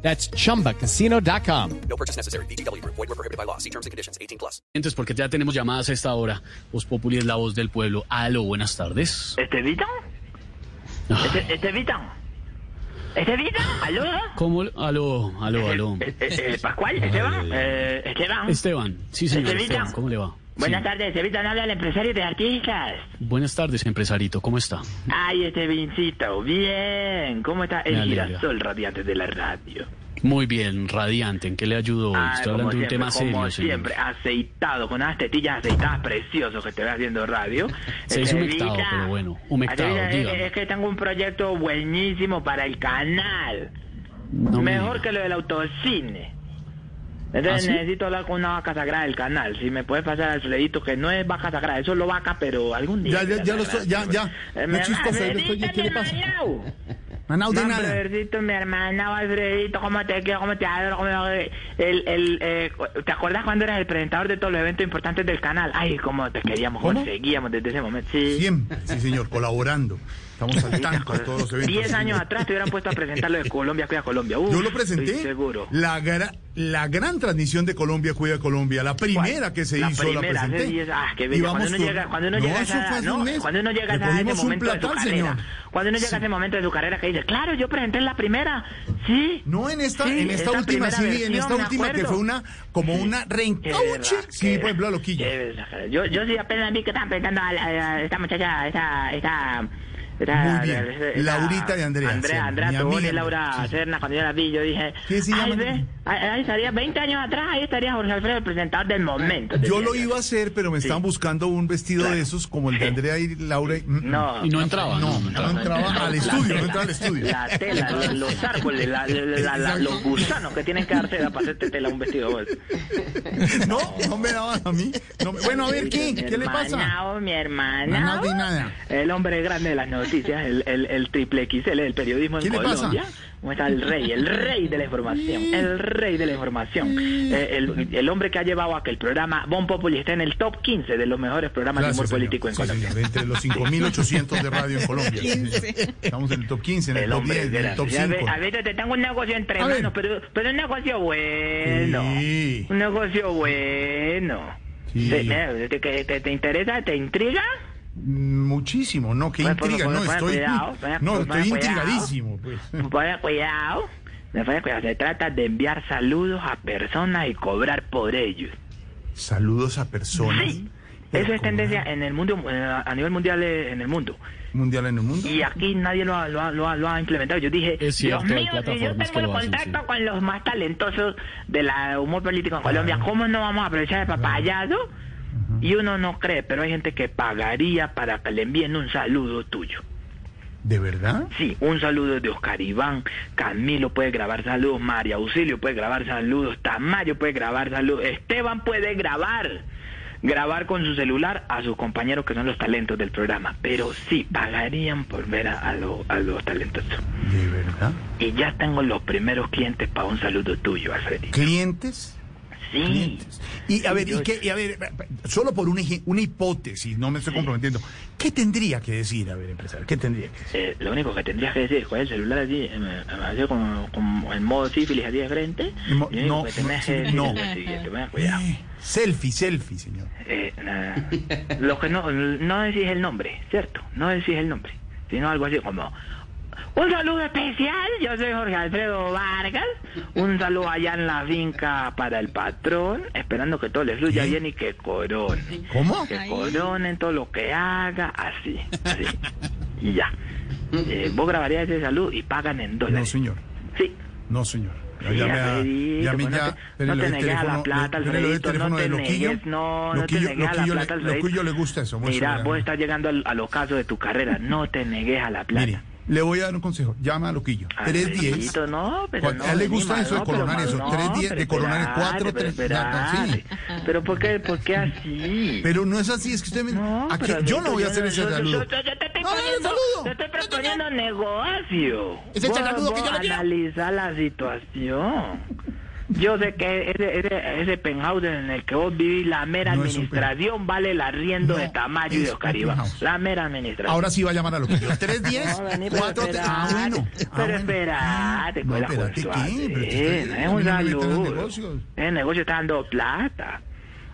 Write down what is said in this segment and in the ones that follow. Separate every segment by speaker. Speaker 1: That's chumbacasino.com.
Speaker 2: No purchase necessary. BGW. Void were prohibited by law. See terms and conditions. 18 plus.
Speaker 3: Entonces, porque ya tenemos llamadas a esta hora. Voz Populi es la voz del pueblo. Aló, buenas tardes.
Speaker 4: ¿Estevita?
Speaker 3: Ah.
Speaker 4: Este, ¿Estevita? ¿Estevita? ¿Aló?
Speaker 3: ¿Cómo? le- Aló, aló, aló.
Speaker 4: Eh, eh, eh, ¿Pascual? ¿Esteban? Eh, ¿Esteban?
Speaker 3: Esteban, sí señor,
Speaker 4: Estevita.
Speaker 3: Esteban, ¿cómo le va? Sí.
Speaker 4: Buenas tardes, Estevita, habla el empresario de artistas.
Speaker 3: Buenas tardes, empresarito, ¿cómo está?
Speaker 4: Ay, Estevincito, bien. ¿Cómo está
Speaker 3: Me
Speaker 4: el
Speaker 3: alegra.
Speaker 4: girasol radiante de la radio?
Speaker 3: Muy bien, radiante, ¿en qué le ayudo? hoy?
Speaker 4: Ay,
Speaker 3: Estoy hablando de un tema
Speaker 4: Ah, como
Speaker 3: serio, señor.
Speaker 4: siempre, aceitado, con unas tetillas aceitadas preciosos que te vas viendo radio.
Speaker 3: Se hizo humectado,
Speaker 4: Estevita,
Speaker 3: pero bueno, humectado,
Speaker 4: Estevita, es-
Speaker 3: dígame.
Speaker 4: Es que tengo un proyecto buenísimo para el canal.
Speaker 3: No me
Speaker 4: Mejor
Speaker 3: diga.
Speaker 4: que lo del autocine. Entonces
Speaker 3: ¿Ah, sí?
Speaker 4: necesito hablar con una vaca sagrada del canal. Si me puedes pasar al Fredito, que no es vaca sagrada, eso es lo vaca, pero algún día.
Speaker 5: Ya, ya, ya lo estoy- ya, ya. No chispas, Alfredito, ya, ¿qué le pasa? Manao de nada.
Speaker 4: Alfredito, mi hermana, Alfredito, ¿cómo te quiero? ¿Cómo te adoro? cómo- el, el, eh, ¿Te acuerdas cuando eras el presentador de todos los eventos importantes del canal? Ay, cómo te queríamos, cómo
Speaker 5: ¿Cómo?
Speaker 4: te seguíamos desde ese momento. Sí.
Speaker 5: Siempre, sí señor, colaborando. Estamos al tanto de todos los eventos.
Speaker 4: Diez
Speaker 5: sí,
Speaker 4: años
Speaker 5: señor.
Speaker 4: atrás te hubieran puesto a presentar lo de Colombia, cuida Colombia. Uf,
Speaker 5: Yo lo presenté.
Speaker 4: estoy seguro.
Speaker 5: La, gra- la gran transmisión de Colombia Cuida Colombia, la primera que se
Speaker 4: La
Speaker 5: hizo,
Speaker 4: primera,
Speaker 5: la
Speaker 4: hace
Speaker 5: presenté.
Speaker 4: 10, ah, qué
Speaker 5: Y
Speaker 4: bella.
Speaker 5: vamos
Speaker 4: Cuando uno
Speaker 5: con-
Speaker 4: llega, cuando uno
Speaker 5: no,
Speaker 4: llega a
Speaker 5: eso
Speaker 4: esa-
Speaker 5: fue hace
Speaker 4: no,
Speaker 5: un mes.
Speaker 4: cuando uno llega a
Speaker 5: Le
Speaker 4: esa- ese
Speaker 5: pusimos un
Speaker 4: momento de su
Speaker 5: platal,
Speaker 4: carrera,
Speaker 5: señor.
Speaker 4: cuando uno llega a ese momento de su carrera que dice, claro, yo presenté la primera, sí.
Speaker 5: No en esta,
Speaker 4: sí,
Speaker 5: en esta última,
Speaker 4: primera
Speaker 5: sí,
Speaker 4: versión,
Speaker 5: en esta
Speaker 4: me
Speaker 5: última que
Speaker 4: acuerdo".
Speaker 5: fue una, como una
Speaker 4: Qué
Speaker 5: reencauche.
Speaker 4: verdad,
Speaker 5: Sí,
Speaker 4: qué
Speaker 5: por ejemplo, a Loquillo.
Speaker 4: verdad, qué verdad. Yo, yo sí apenas vi que estaban presentando a, la- a esta muchacha, esta, esta, esta-
Speaker 5: Muy bien. Laurita de Andrea,
Speaker 4: Andrea,
Speaker 5: sí,
Speaker 4: Andrea
Speaker 5: mi
Speaker 4: Tobón y
Speaker 5: amiga.
Speaker 4: Laura
Speaker 5: Sí.
Speaker 4: Serna, cuando yo la vi, yo dije,
Speaker 5: ¿Qué se
Speaker 4: ay,
Speaker 5: llaman?
Speaker 4: ve, ahí, ahí estaría 20 años atrás, ahí estaría Jorge Alfredo, el presentador del momento.
Speaker 5: Yo
Speaker 4: decía
Speaker 5: lo iba a hacer, pero me estaban buscando un vestido de esos, como el de Andrea y Laura. y- mm,
Speaker 4: No,
Speaker 3: Y no entraba.
Speaker 5: No, no entraba al estudio, no entraba al estudio.
Speaker 4: La tela, lo- los árboles, la- la- la- la- los gusanos que tienen que darse para hacerte tela un vestido. de bolsa.
Speaker 5: No, no me daban a mí. No me- Bueno, a ver, ¿qué?
Speaker 4: Mi
Speaker 5: ¿Qué le pasa?
Speaker 4: hermanao, mi hermana.
Speaker 5: Nada de nada.
Speaker 4: El hombre grande de las noticias, el, el, el triple XL del periodismo en
Speaker 5: ¿Qué le pasa?
Speaker 4: Colombia. ¿Cómo está el rey? El rey de la información. El rey de la información. Eh, el, el hombre que ha llevado a que el programa Bon Populi esté en el top 15 de los mejores programas
Speaker 5: Gracias,
Speaker 4: de humor
Speaker 5: señor.
Speaker 4: político en
Speaker 5: Sí,
Speaker 4: Colombia.
Speaker 5: señor, entre los 5.800 de radio en Colombia. sí, señor. Estamos en el top 15, en el,
Speaker 4: El
Speaker 5: top
Speaker 4: hombre
Speaker 5: 10, en el top
Speaker 4: grande.
Speaker 5: 5.
Speaker 4: A ver, a ver, te tengo un negocio entre
Speaker 5: A ver.
Speaker 4: manos, pero, pero un negocio bueno.
Speaker 5: Sí.
Speaker 4: Un negocio bueno.
Speaker 5: Sí.
Speaker 4: Te, eh, te- que- te- te interesa? ¿Te intriga?
Speaker 5: Muchísimo, no, qué
Speaker 4: Pues, pues,
Speaker 5: intriga.
Speaker 4: pues,
Speaker 5: No,
Speaker 4: pues,
Speaker 5: estoy,
Speaker 4: cuidado, pues,
Speaker 5: no,
Speaker 4: pues,
Speaker 5: estoy
Speaker 4: pues,
Speaker 5: intrigadísimo. Pues.
Speaker 4: Ponga cuidado. Me pone cuidado. Se trata de enviar saludos a personas y cobrar por ellos.
Speaker 5: Saludos a personas.
Speaker 4: Sí. Eso es tendencia en el mundo, eh, a nivel mundial, eh, en el mundo.
Speaker 5: Mundial en el mundo.
Speaker 4: Y aquí nadie lo ha, lo ha- lo ha- lo ha implementado. Yo dije,
Speaker 3: Es cierto,
Speaker 4: Dios
Speaker 3: hay
Speaker 4: mío, si yo
Speaker 3: plataformas
Speaker 4: tengo
Speaker 3: que
Speaker 4: el
Speaker 3: lo hacen,
Speaker 4: contacto
Speaker 3: sí.
Speaker 4: con los más talentosos de la humor político en Colombia,
Speaker 5: Claro.
Speaker 4: ¿cómo no vamos a aprovechar el papayado? Y uno no cree, pero hay gente que pagaría para que le envíen un saludo tuyo.
Speaker 5: ¿De verdad?
Speaker 4: Sí, un saludo de Oscar Iván, Camilo puede grabar saludos, María Auxilio puede grabar saludos, Tamayo puede grabar saludos, Esteban puede grabar, grabar con su celular a sus compañeros que son los talentos del programa, pero sí, pagarían por ver a, a lo- a los talentosos.
Speaker 5: ¿De verdad?
Speaker 4: Y ya tengo los primeros clientes para un saludo tuyo, Alfredito.
Speaker 5: ¿Clientes?
Speaker 4: Sí.
Speaker 5: clientes. Y a ver, y
Speaker 4: Dios.
Speaker 5: qué- y a ver, solo por un eje- una hipótesis, no me estoy comprometiendo. ¿Qué tendría que decir, a ver, empresario? ¿Qué tendría que decir?
Speaker 4: Eh, lo único que tendrías que decir es coger el celular así, eh, así como, como en modo sífilis así de frente.
Speaker 5: Mo-
Speaker 4: y lo único
Speaker 5: no,
Speaker 4: que tenés que
Speaker 5: no,
Speaker 4: decir
Speaker 5: no.
Speaker 4: es lo siguiente, tenés cuidado.
Speaker 5: Eh, selfie, selfie, señor.
Speaker 4: Eh, nada. Lo que no, no decís el nombre, ¿cierto? No decís el nombre, sino algo así como... Un saludo especial, yo soy Jorge Alfredo Vargas. Un saludo allá en la finca para el patrón, esperando que todo le fluya
Speaker 5: ¿Qué?
Speaker 4: bien y que corone.
Speaker 5: ¿Cómo?
Speaker 4: Que corone todo lo que haga, así, así. Y ya. Eh, vos grabarías ese saludo y pagan en
Speaker 5: No,
Speaker 4: dólares.
Speaker 5: señor.
Speaker 4: Sí.
Speaker 5: No, señor. Ya,
Speaker 4: Sí,
Speaker 5: ya me da-
Speaker 4: Alfredito,
Speaker 5: ya me
Speaker 4: pues no
Speaker 5: ya-
Speaker 4: te-
Speaker 5: pero
Speaker 4: no
Speaker 5: le
Speaker 4: te
Speaker 5: doy
Speaker 4: negues a la
Speaker 5: teléfono-
Speaker 4: plata,
Speaker 5: le- le doy
Speaker 4: Alfredito,
Speaker 5: teléfono
Speaker 4: no
Speaker 5: de
Speaker 4: te
Speaker 5: Loquillo.
Speaker 4: negues, no, no te
Speaker 5: Loquillo-
Speaker 4: negues a la
Speaker 5: Loquillo le-
Speaker 4: plata, Alfredito.
Speaker 5: Loquillo le gusta eso. muy
Speaker 4: Mira,
Speaker 5: soberano.
Speaker 4: vos estás llegando al, al ocaso de tu carrera, no te negues a la plata.
Speaker 5: Mire, Le voy a dar un consejo. Llama a Loquillo.
Speaker 4: Ah,
Speaker 5: 310.
Speaker 4: Alfredito, no, pero
Speaker 5: Cuando-
Speaker 4: no,
Speaker 5: a él le
Speaker 4: vení,
Speaker 5: gusta
Speaker 4: mal,
Speaker 5: eso de
Speaker 4: no, pero
Speaker 5: coronar
Speaker 4: mal,
Speaker 5: eso.
Speaker 4: no,
Speaker 5: 310
Speaker 4: pero
Speaker 5: de coronar
Speaker 4: esperate,
Speaker 5: 4,
Speaker 4: pero
Speaker 5: 3. Sí.
Speaker 4: esperate. Pero ¿por qué, por qué así?
Speaker 5: Pero no es así, es que usted me.
Speaker 4: No,
Speaker 5: ¿a qué?
Speaker 4: pero
Speaker 5: Yo no voy a hacer
Speaker 4: yo-
Speaker 5: ese
Speaker 4: yo-
Speaker 5: saludo.
Speaker 4: Yo, yo te estoy
Speaker 5: No, no, no,
Speaker 4: poniendo,
Speaker 5: saludo.
Speaker 4: te estoy
Speaker 5: No, no, no.
Speaker 4: proponiendo negocio.
Speaker 5: Es el saludo que yo le quiero.
Speaker 4: Analiza la situación. Yo sé que ese, ese, ese penthouse en el que vos vivís, la mera
Speaker 5: No es un
Speaker 4: administración vale el arriendo
Speaker 5: No,
Speaker 4: de Tamayo y
Speaker 5: es
Speaker 4: de Oscar
Speaker 5: un
Speaker 4: Iván.
Speaker 5: penthouse.
Speaker 4: La mera administración.
Speaker 5: Ahora sí va a llamar a Loquillo. 310.
Speaker 4: No, Dani, pero
Speaker 5: 4, 3. Ah,
Speaker 4: espérate,
Speaker 5: bueno. Ah,
Speaker 4: Pero
Speaker 5: bueno. Ah,
Speaker 4: espérate,
Speaker 5: No,
Speaker 4: con la
Speaker 5: espérate,
Speaker 4: cosa,
Speaker 5: ¿qué? Pero
Speaker 4: eh,
Speaker 5: si usted-
Speaker 4: no
Speaker 5: a
Speaker 4: es
Speaker 5: mí no me
Speaker 4: un
Speaker 5: metan en
Speaker 4: saludo.
Speaker 5: negocios.
Speaker 4: El negocio está dando plata.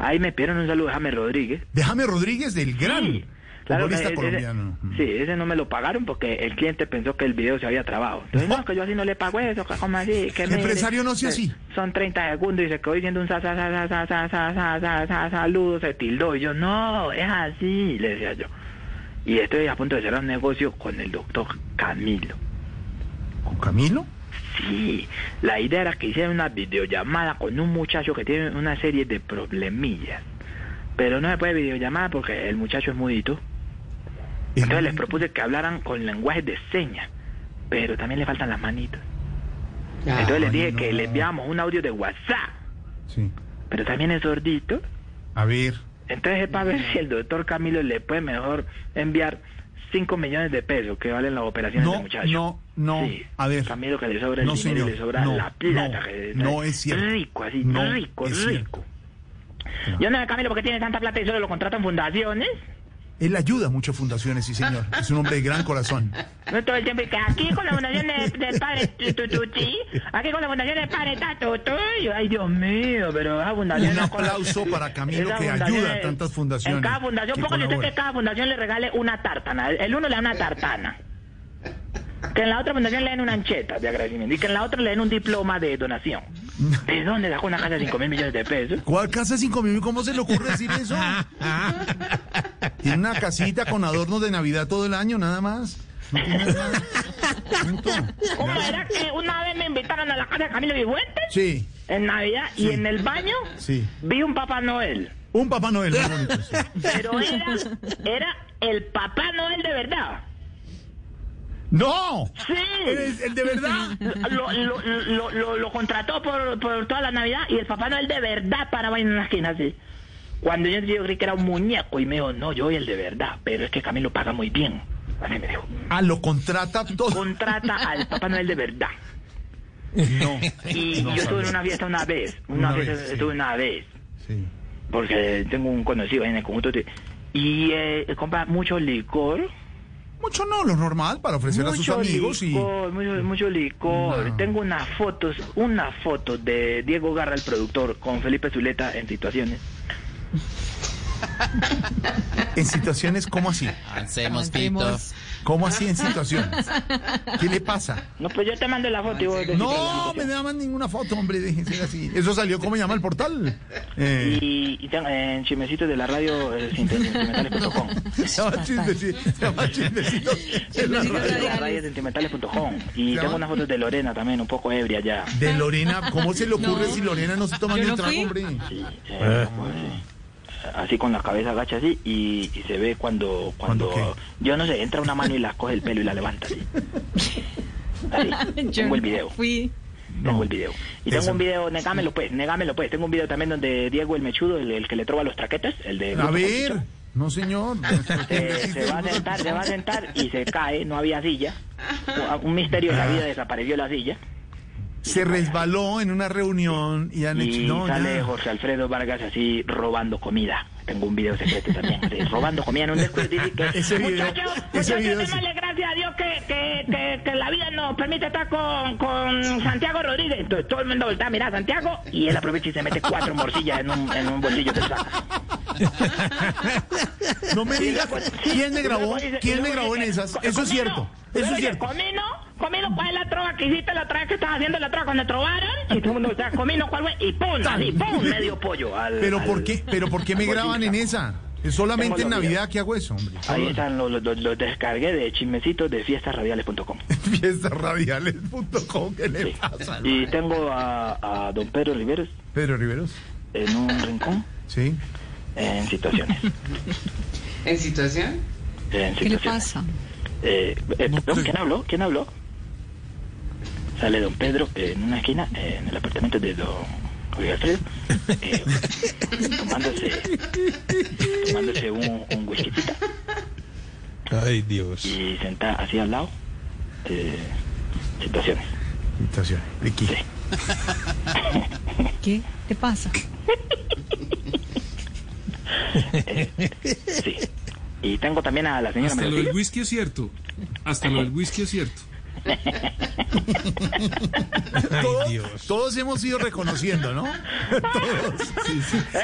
Speaker 4: Ahí me pidieron un saludo, déjame Rodríguez.
Speaker 5: Déjame Rodríguez del gran
Speaker 4: Sí, claro,
Speaker 5: futbolista
Speaker 4: ese-
Speaker 5: colombiano. Mm.
Speaker 4: ese- sí, ese no me lo pagaron porque el cliente pensó que el video se había trabado. Entonces, no, que yo así no le pago eso, que como así, que mire,
Speaker 5: Empresario no sea
Speaker 4: eh,
Speaker 5: así.
Speaker 4: Son 30 segundos y se quedó diciendo un sa, sa, sa, sa, sa, sa, sa, sa, sa, sa, saludo, se tildó. Y yo, no, es así, le decía yo. Y estoy a punto de cerrar un negocio con el doctor Camilo.
Speaker 5: ¿Con Camilo?
Speaker 4: Sí, la idea era que hicieran una videollamada con un muchacho que tiene una serie de problemillas. Pero no se puede videollamada porque el muchacho es mudito. Entonces les propuse que hablaran con lenguaje de señas, pero también le faltan las manitas. Entonces les dije
Speaker 5: Ah, no.
Speaker 4: que le enviamos un audio de WhatsApp,
Speaker 5: Sí.
Speaker 4: pero también es sordito.
Speaker 5: A ver.
Speaker 4: Entonces es para ver si el doctor Camilo le puede mejor enviar 5 millones de pesos que valen las operaciones
Speaker 5: No,
Speaker 4: del muchacho.
Speaker 5: no, no.
Speaker 4: Sí.
Speaker 5: A ver.
Speaker 4: Camilo que le sobra el
Speaker 5: No,
Speaker 4: dinero
Speaker 5: señor.
Speaker 4: y le sobra
Speaker 5: No,
Speaker 4: la plata.
Speaker 5: no,
Speaker 4: que-
Speaker 5: no es cierto.
Speaker 4: Rico, así,
Speaker 5: No
Speaker 4: rico,
Speaker 5: es
Speaker 4: rico.
Speaker 5: Claro.
Speaker 4: Yo no sé, Camilo, porque tiene tanta plata y solo lo contratan fundaciones.
Speaker 5: Él ayuda mucho a fundaciones, sí, señor. Es un hombre de gran corazón.
Speaker 4: No todo el tiempo y que aquí con la fundación de- del padre tu- tu- Tuti, aquí con la fundación del padre Tato Tuyo. Ay, Dios mío, pero esa fundación...
Speaker 5: Un
Speaker 4: no col-
Speaker 5: aplauso para Camilo
Speaker 4: esa
Speaker 5: que
Speaker 4: fundación
Speaker 5: ayuda a
Speaker 4: es-
Speaker 5: tantas fundaciones.
Speaker 4: En cada fundación,
Speaker 5: que
Speaker 4: póngale usted que
Speaker 5: colaboran.
Speaker 4: cada fundación le regale una tartana. El- El uno le da una tartana. Que en la otra fundación le den una ancheta de agradecimiento. Y que en la otra le den un diploma de donación. ¿De dónde sacó una casa de 5 mil millones de pesos?
Speaker 5: ¿Cuál casa cinco mil? ¿Cómo se le ocurre decir eso? Tiene una casita con adornos de Navidad todo el año, nada más. No tiene nada. Punto.
Speaker 4: ¿Cómo era que una vez me invitaron a la casa de Camilo Vivuente?
Speaker 5: Sí.
Speaker 4: En Navidad y en el baño
Speaker 5: Sí.
Speaker 4: vi un Papá Noel.
Speaker 5: Un Papá Noel. muy bonito, sí.
Speaker 4: Pero era, era el Papá Noel de verdad.
Speaker 5: ¡No!
Speaker 4: Sí.
Speaker 5: ¿Es el de verdad?
Speaker 4: Lo, lo, lo, lo, lo contrató por, por toda la Navidad y el Papá Noel de verdad paraba en una esquina así. Cuando yo, yo creí que era un muñeco y me dijo, no, yo soy el de verdad, pero es que Camilo paga muy bien. Así me dijo,
Speaker 5: Ah, lo contrata todo.
Speaker 4: contrata al Papá Noel de verdad.
Speaker 5: No.
Speaker 4: Y yo estuve en una fiesta una vez, una,
Speaker 5: Una
Speaker 4: fiesta
Speaker 5: vez, sí.
Speaker 4: estuve una vez.
Speaker 5: Sí.
Speaker 4: porque tengo un conocido ahí en el conjunto de- y eh, compra mucho licor
Speaker 5: Mucho no, lo normal para ofrecer a sus
Speaker 4: mucho
Speaker 5: amigos y.
Speaker 4: licor, mucho, mucho licor
Speaker 5: No.
Speaker 4: tengo unas fotos una foto de Diego Garra el productor con Felipe Zuleta en situaciones
Speaker 5: En situaciones, ¿cómo así?
Speaker 6: Avancemos, Pito.
Speaker 5: ¿Cómo así en situaciones? ¿Qué le pasa?
Speaker 4: no pues yo te mando la foto y vos decís que la
Speaker 5: No,
Speaker 4: foto.
Speaker 5: me daban ninguna foto, hombre, déjense así. Eso salió, ¿cómo llama el portal? Eh,
Speaker 4: y, y tengo en chimecitos de la radio eh, sentimentales punto com.
Speaker 5: se llama Chismecito- se llama Chismecito de la radio.
Speaker 4: Radio sentimentales punto com. y
Speaker 5: Ya.
Speaker 4: tengo unas fotos de Lorena también un poco ebria ya
Speaker 5: De Lorena, ¿cómo se le ocurre si Lorena no se toma ni
Speaker 7: Yo
Speaker 5: un
Speaker 7: no
Speaker 5: trago,
Speaker 7: fui.
Speaker 5: hombre?
Speaker 4: Sí, eh, pues, sí. así con la cabeza agacha así y, y se ve cuando
Speaker 5: ¿Cuándo
Speaker 4: cuando yo no sé entra una mano y la coge el pelo y la levanta así, Así.
Speaker 7: Yo
Speaker 4: tengo el
Speaker 7: no
Speaker 4: video
Speaker 7: Fui.
Speaker 4: tengo el video y
Speaker 5: Eso.
Speaker 4: tengo un video negámelo pues negámelo pues tengo un video también donde Diego el mechudo el, el que le trova los traquetes el de
Speaker 5: A ver, no señor.
Speaker 4: se, se va a sentar se va a sentar y se cae no había silla un misterio
Speaker 5: Ah.
Speaker 4: de la vida desapareció la silla
Speaker 5: Se resbaló en una reunión y han hecho.
Speaker 4: Y
Speaker 5: No,
Speaker 4: sale
Speaker 5: ya.
Speaker 4: Jorge Alfredo Vargas así robando comida. Tengo un video secreto también, así, robando comida en un descuido. y Dice que,
Speaker 5: Ese video,
Speaker 4: muchachos,
Speaker 5: ese
Speaker 4: muchachos,
Speaker 5: video,
Speaker 4: démosle gracias a Dios que, que, que, que la vida nos permite estar con, con Santiago Rodríguez. Entonces todo el mundo voltea a mirar a Santiago y él aprovecha y se mete cuatro morcillas en un, en un bolsillo del saco.
Speaker 5: No me digas quién me grabó, quién me grabó en esas. Eso es cierto, eso es cierto.
Speaker 4: Comino, comino, ¿cuál es la trova que hiciste la trova que estabas haciendo la trova cuando trovaron? Y todo el mundo, o sea, comino, ¿cuál fue? Y pum, así, pum, medio pollo. al-
Speaker 5: Pero
Speaker 4: al-
Speaker 5: ¿por qué, pero por qué me
Speaker 4: al
Speaker 5: graban en
Speaker 4: bolsillo.
Speaker 5: esa? Es solamente en
Speaker 4: Tengo los
Speaker 5: Navidad que hago eso, hombre.
Speaker 4: Ahí están, los, los- los- los descargué de chismecitos de fiestasradiales.com.
Speaker 5: Fiestasradiales.com, ¿qué le pasa?
Speaker 4: Y tengo a, a don Pedro Riveros
Speaker 5: Pedro Riveros,
Speaker 4: en un rincón
Speaker 5: sí.
Speaker 4: en situaciones.
Speaker 8: ¿En situación?
Speaker 4: En
Speaker 7: ¿Qué le
Speaker 4: situaciones.
Speaker 7: pasa?
Speaker 4: Eh, eh,
Speaker 5: No
Speaker 4: perdón,
Speaker 5: creo.
Speaker 4: ¿quién habló? ¿Quién habló? Sale don Pedro eh, en una esquina, eh, en el apartamento de don Jorge Alfredo, eh, tomándose, tomándose un, un whiskycito
Speaker 5: Ay, Dios.
Speaker 4: y sentada así al lado. eh, situaciones.
Speaker 5: Invitación. Ricky.
Speaker 6: ¿Qué te pasa?
Speaker 4: Sí. Y tengo también a la señora
Speaker 7: Hasta lo del
Speaker 4: Melodía.
Speaker 7: whisky es cierto. Hasta lo del whisky es cierto.
Speaker 5: Todo- Todos hemos ido reconociendo, ¿no? Eh,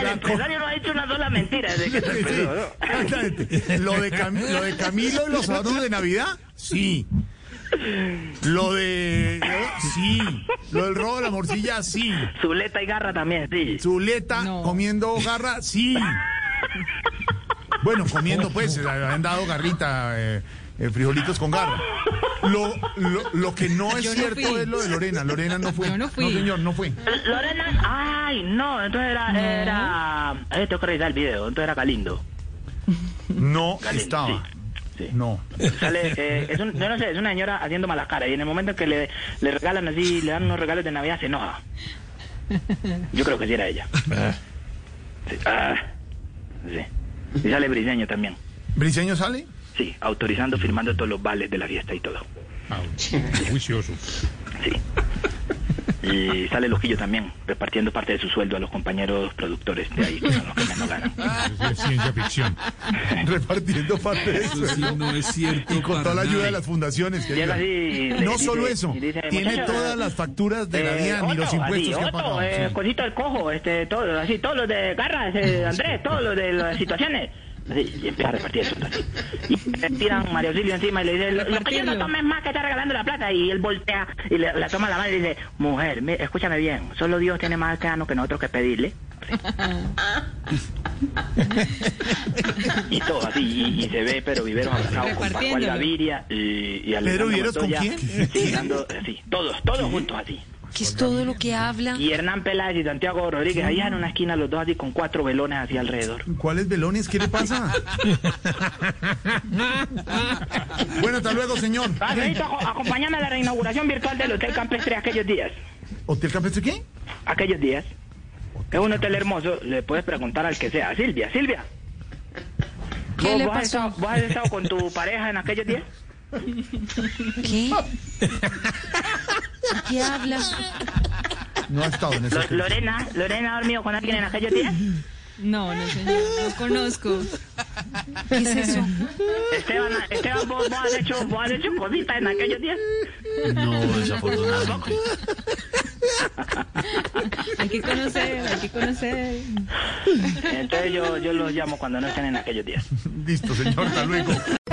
Speaker 4: El empresario no ha dicho una sola mentira desde que se
Speaker 5: Sí,
Speaker 4: empezó, ¿no?
Speaker 5: exactamente. Lo de, Cam- lo de Camilo y los adornos de Navidad, sí. Lo de. Sí. Lo del robo de la morcilla, sí.
Speaker 4: Zuleta y Garra también, sí.
Speaker 5: Zuleta
Speaker 6: No.
Speaker 5: comiendo garra, sí. Bueno, comiendo pues, le han dado garrita, eh, eh, frijolitos con garra. Lo, lo, lo que no es
Speaker 6: Yo no
Speaker 5: cierto
Speaker 6: fui.
Speaker 5: es lo de Lorena. Lorena no fue.
Speaker 6: Yo no fui.
Speaker 5: señor, no fue.
Speaker 4: Lorena, ay, no, entonces era, era, eh, tengo que revisar el video, entonces era Galindo.
Speaker 5: No
Speaker 4: Galindo,
Speaker 5: estaba.
Speaker 4: sí, sí.
Speaker 5: No.
Speaker 4: Sale, eh, es un- yo no sé, es una señora haciendo malas caras y en el momento en que le, le regalan así, le dan unos regalos de Navidad, se enoja. Yo creo que sí era ella.
Speaker 5: Ah.
Speaker 4: Sí, ah, sí. Y sale Briseño también.
Speaker 5: ¿Briseño sale?
Speaker 4: Sí, autorizando, firmando todos los vales de la fiesta y todo.
Speaker 5: Juicioso.
Speaker 4: Sí. Y sale Loquillo también, repartiendo parte de su sueldo a los compañeros productores de ahí, que son los que menos ganan.
Speaker 5: ciencia ficción. Repartiendo parte de eso.
Speaker 7: Eso sí no es cierto.
Speaker 5: Y con
Speaker 7: para
Speaker 5: toda la ayuda
Speaker 7: nada.
Speaker 5: de las fundaciones. que
Speaker 4: Llega
Speaker 5: ayudan.
Speaker 4: así y le
Speaker 5: no
Speaker 4: dice-
Speaker 5: solo eso,
Speaker 4: y dice,
Speaker 5: tiene
Speaker 4: "Muchacho,
Speaker 5: todas las facturas de la
Speaker 4: eh,
Speaker 5: DIAN y los
Speaker 4: Otto,
Speaker 5: impuestos
Speaker 4: así,
Speaker 5: que ha
Speaker 4: Otto,
Speaker 5: pagado.
Speaker 4: eh,
Speaker 5: sí.
Speaker 4: Cosito del cojo, este, todo, así, todos los de garras, eh, Andrés, todos los de las situaciones. Así, y empieza a repartir eso. así. Y le tiran Mario Silvio encima y le dice, lo lo que yo no
Speaker 6: Repartirlo.
Speaker 4: tomes más que está regalando la plata. Y él voltea y le, la toma la mano y le dice, mujer, mi- escúchame bien, solo Dios tiene más arcano que nosotros que pedirle. y todo así, y, y se ve Pedro Viveros abrazado con Pascual
Speaker 6: Repartiéndolo.
Speaker 4: Gaviria y, y
Speaker 5: ¿Pedro
Speaker 4: Alejandro
Speaker 5: Viveros con
Speaker 4: Montoya,
Speaker 5: quién?
Speaker 4: y dando- así, todos, todos juntos así.
Speaker 6: ¿Qué es todo lo que habla?
Speaker 4: Y Hernán Peláez y Santiago Rodríguez, ahí en una esquina, los dos así con cuatro velones así alrededor.
Speaker 5: ¿Cuáles velones? ¿Qué le pasa? bueno, hasta luego, señor.
Speaker 4: Rafaelito, aco- acompáñame a la reinauguración virtual del Hotel Campestre aquellos días.
Speaker 5: ¿Hotel Campestre qué?
Speaker 4: Aquellos días. Es un hotel hermoso, le puedes preguntar al que sea. Silvia, Silvia.
Speaker 6: ¿Qué
Speaker 4: ¿vos,
Speaker 6: le
Speaker 4: vos has
Speaker 6: pasó?
Speaker 4: estado, vos has estado con tu pareja en aquellos días?
Speaker 6: ¿Qué? ¿Qué habla?
Speaker 5: No ha estado en ese
Speaker 4: Lo-
Speaker 5: hotel.
Speaker 4: Lorena, Lorena ha dormido con alguien en aquellos días.
Speaker 6: No, no, señor, no conozco. ¿Qué es eso?
Speaker 4: Esteban, Esteban vos, vos has hecho, vos has hecho cositas en aquellos días.
Speaker 3: No, desafortunadamente.
Speaker 6: Hay que conocer, hay que conocer.
Speaker 4: Entonces yo, yo los llamo cuando no estén en aquellos días.
Speaker 5: Listo, señor, hasta luego.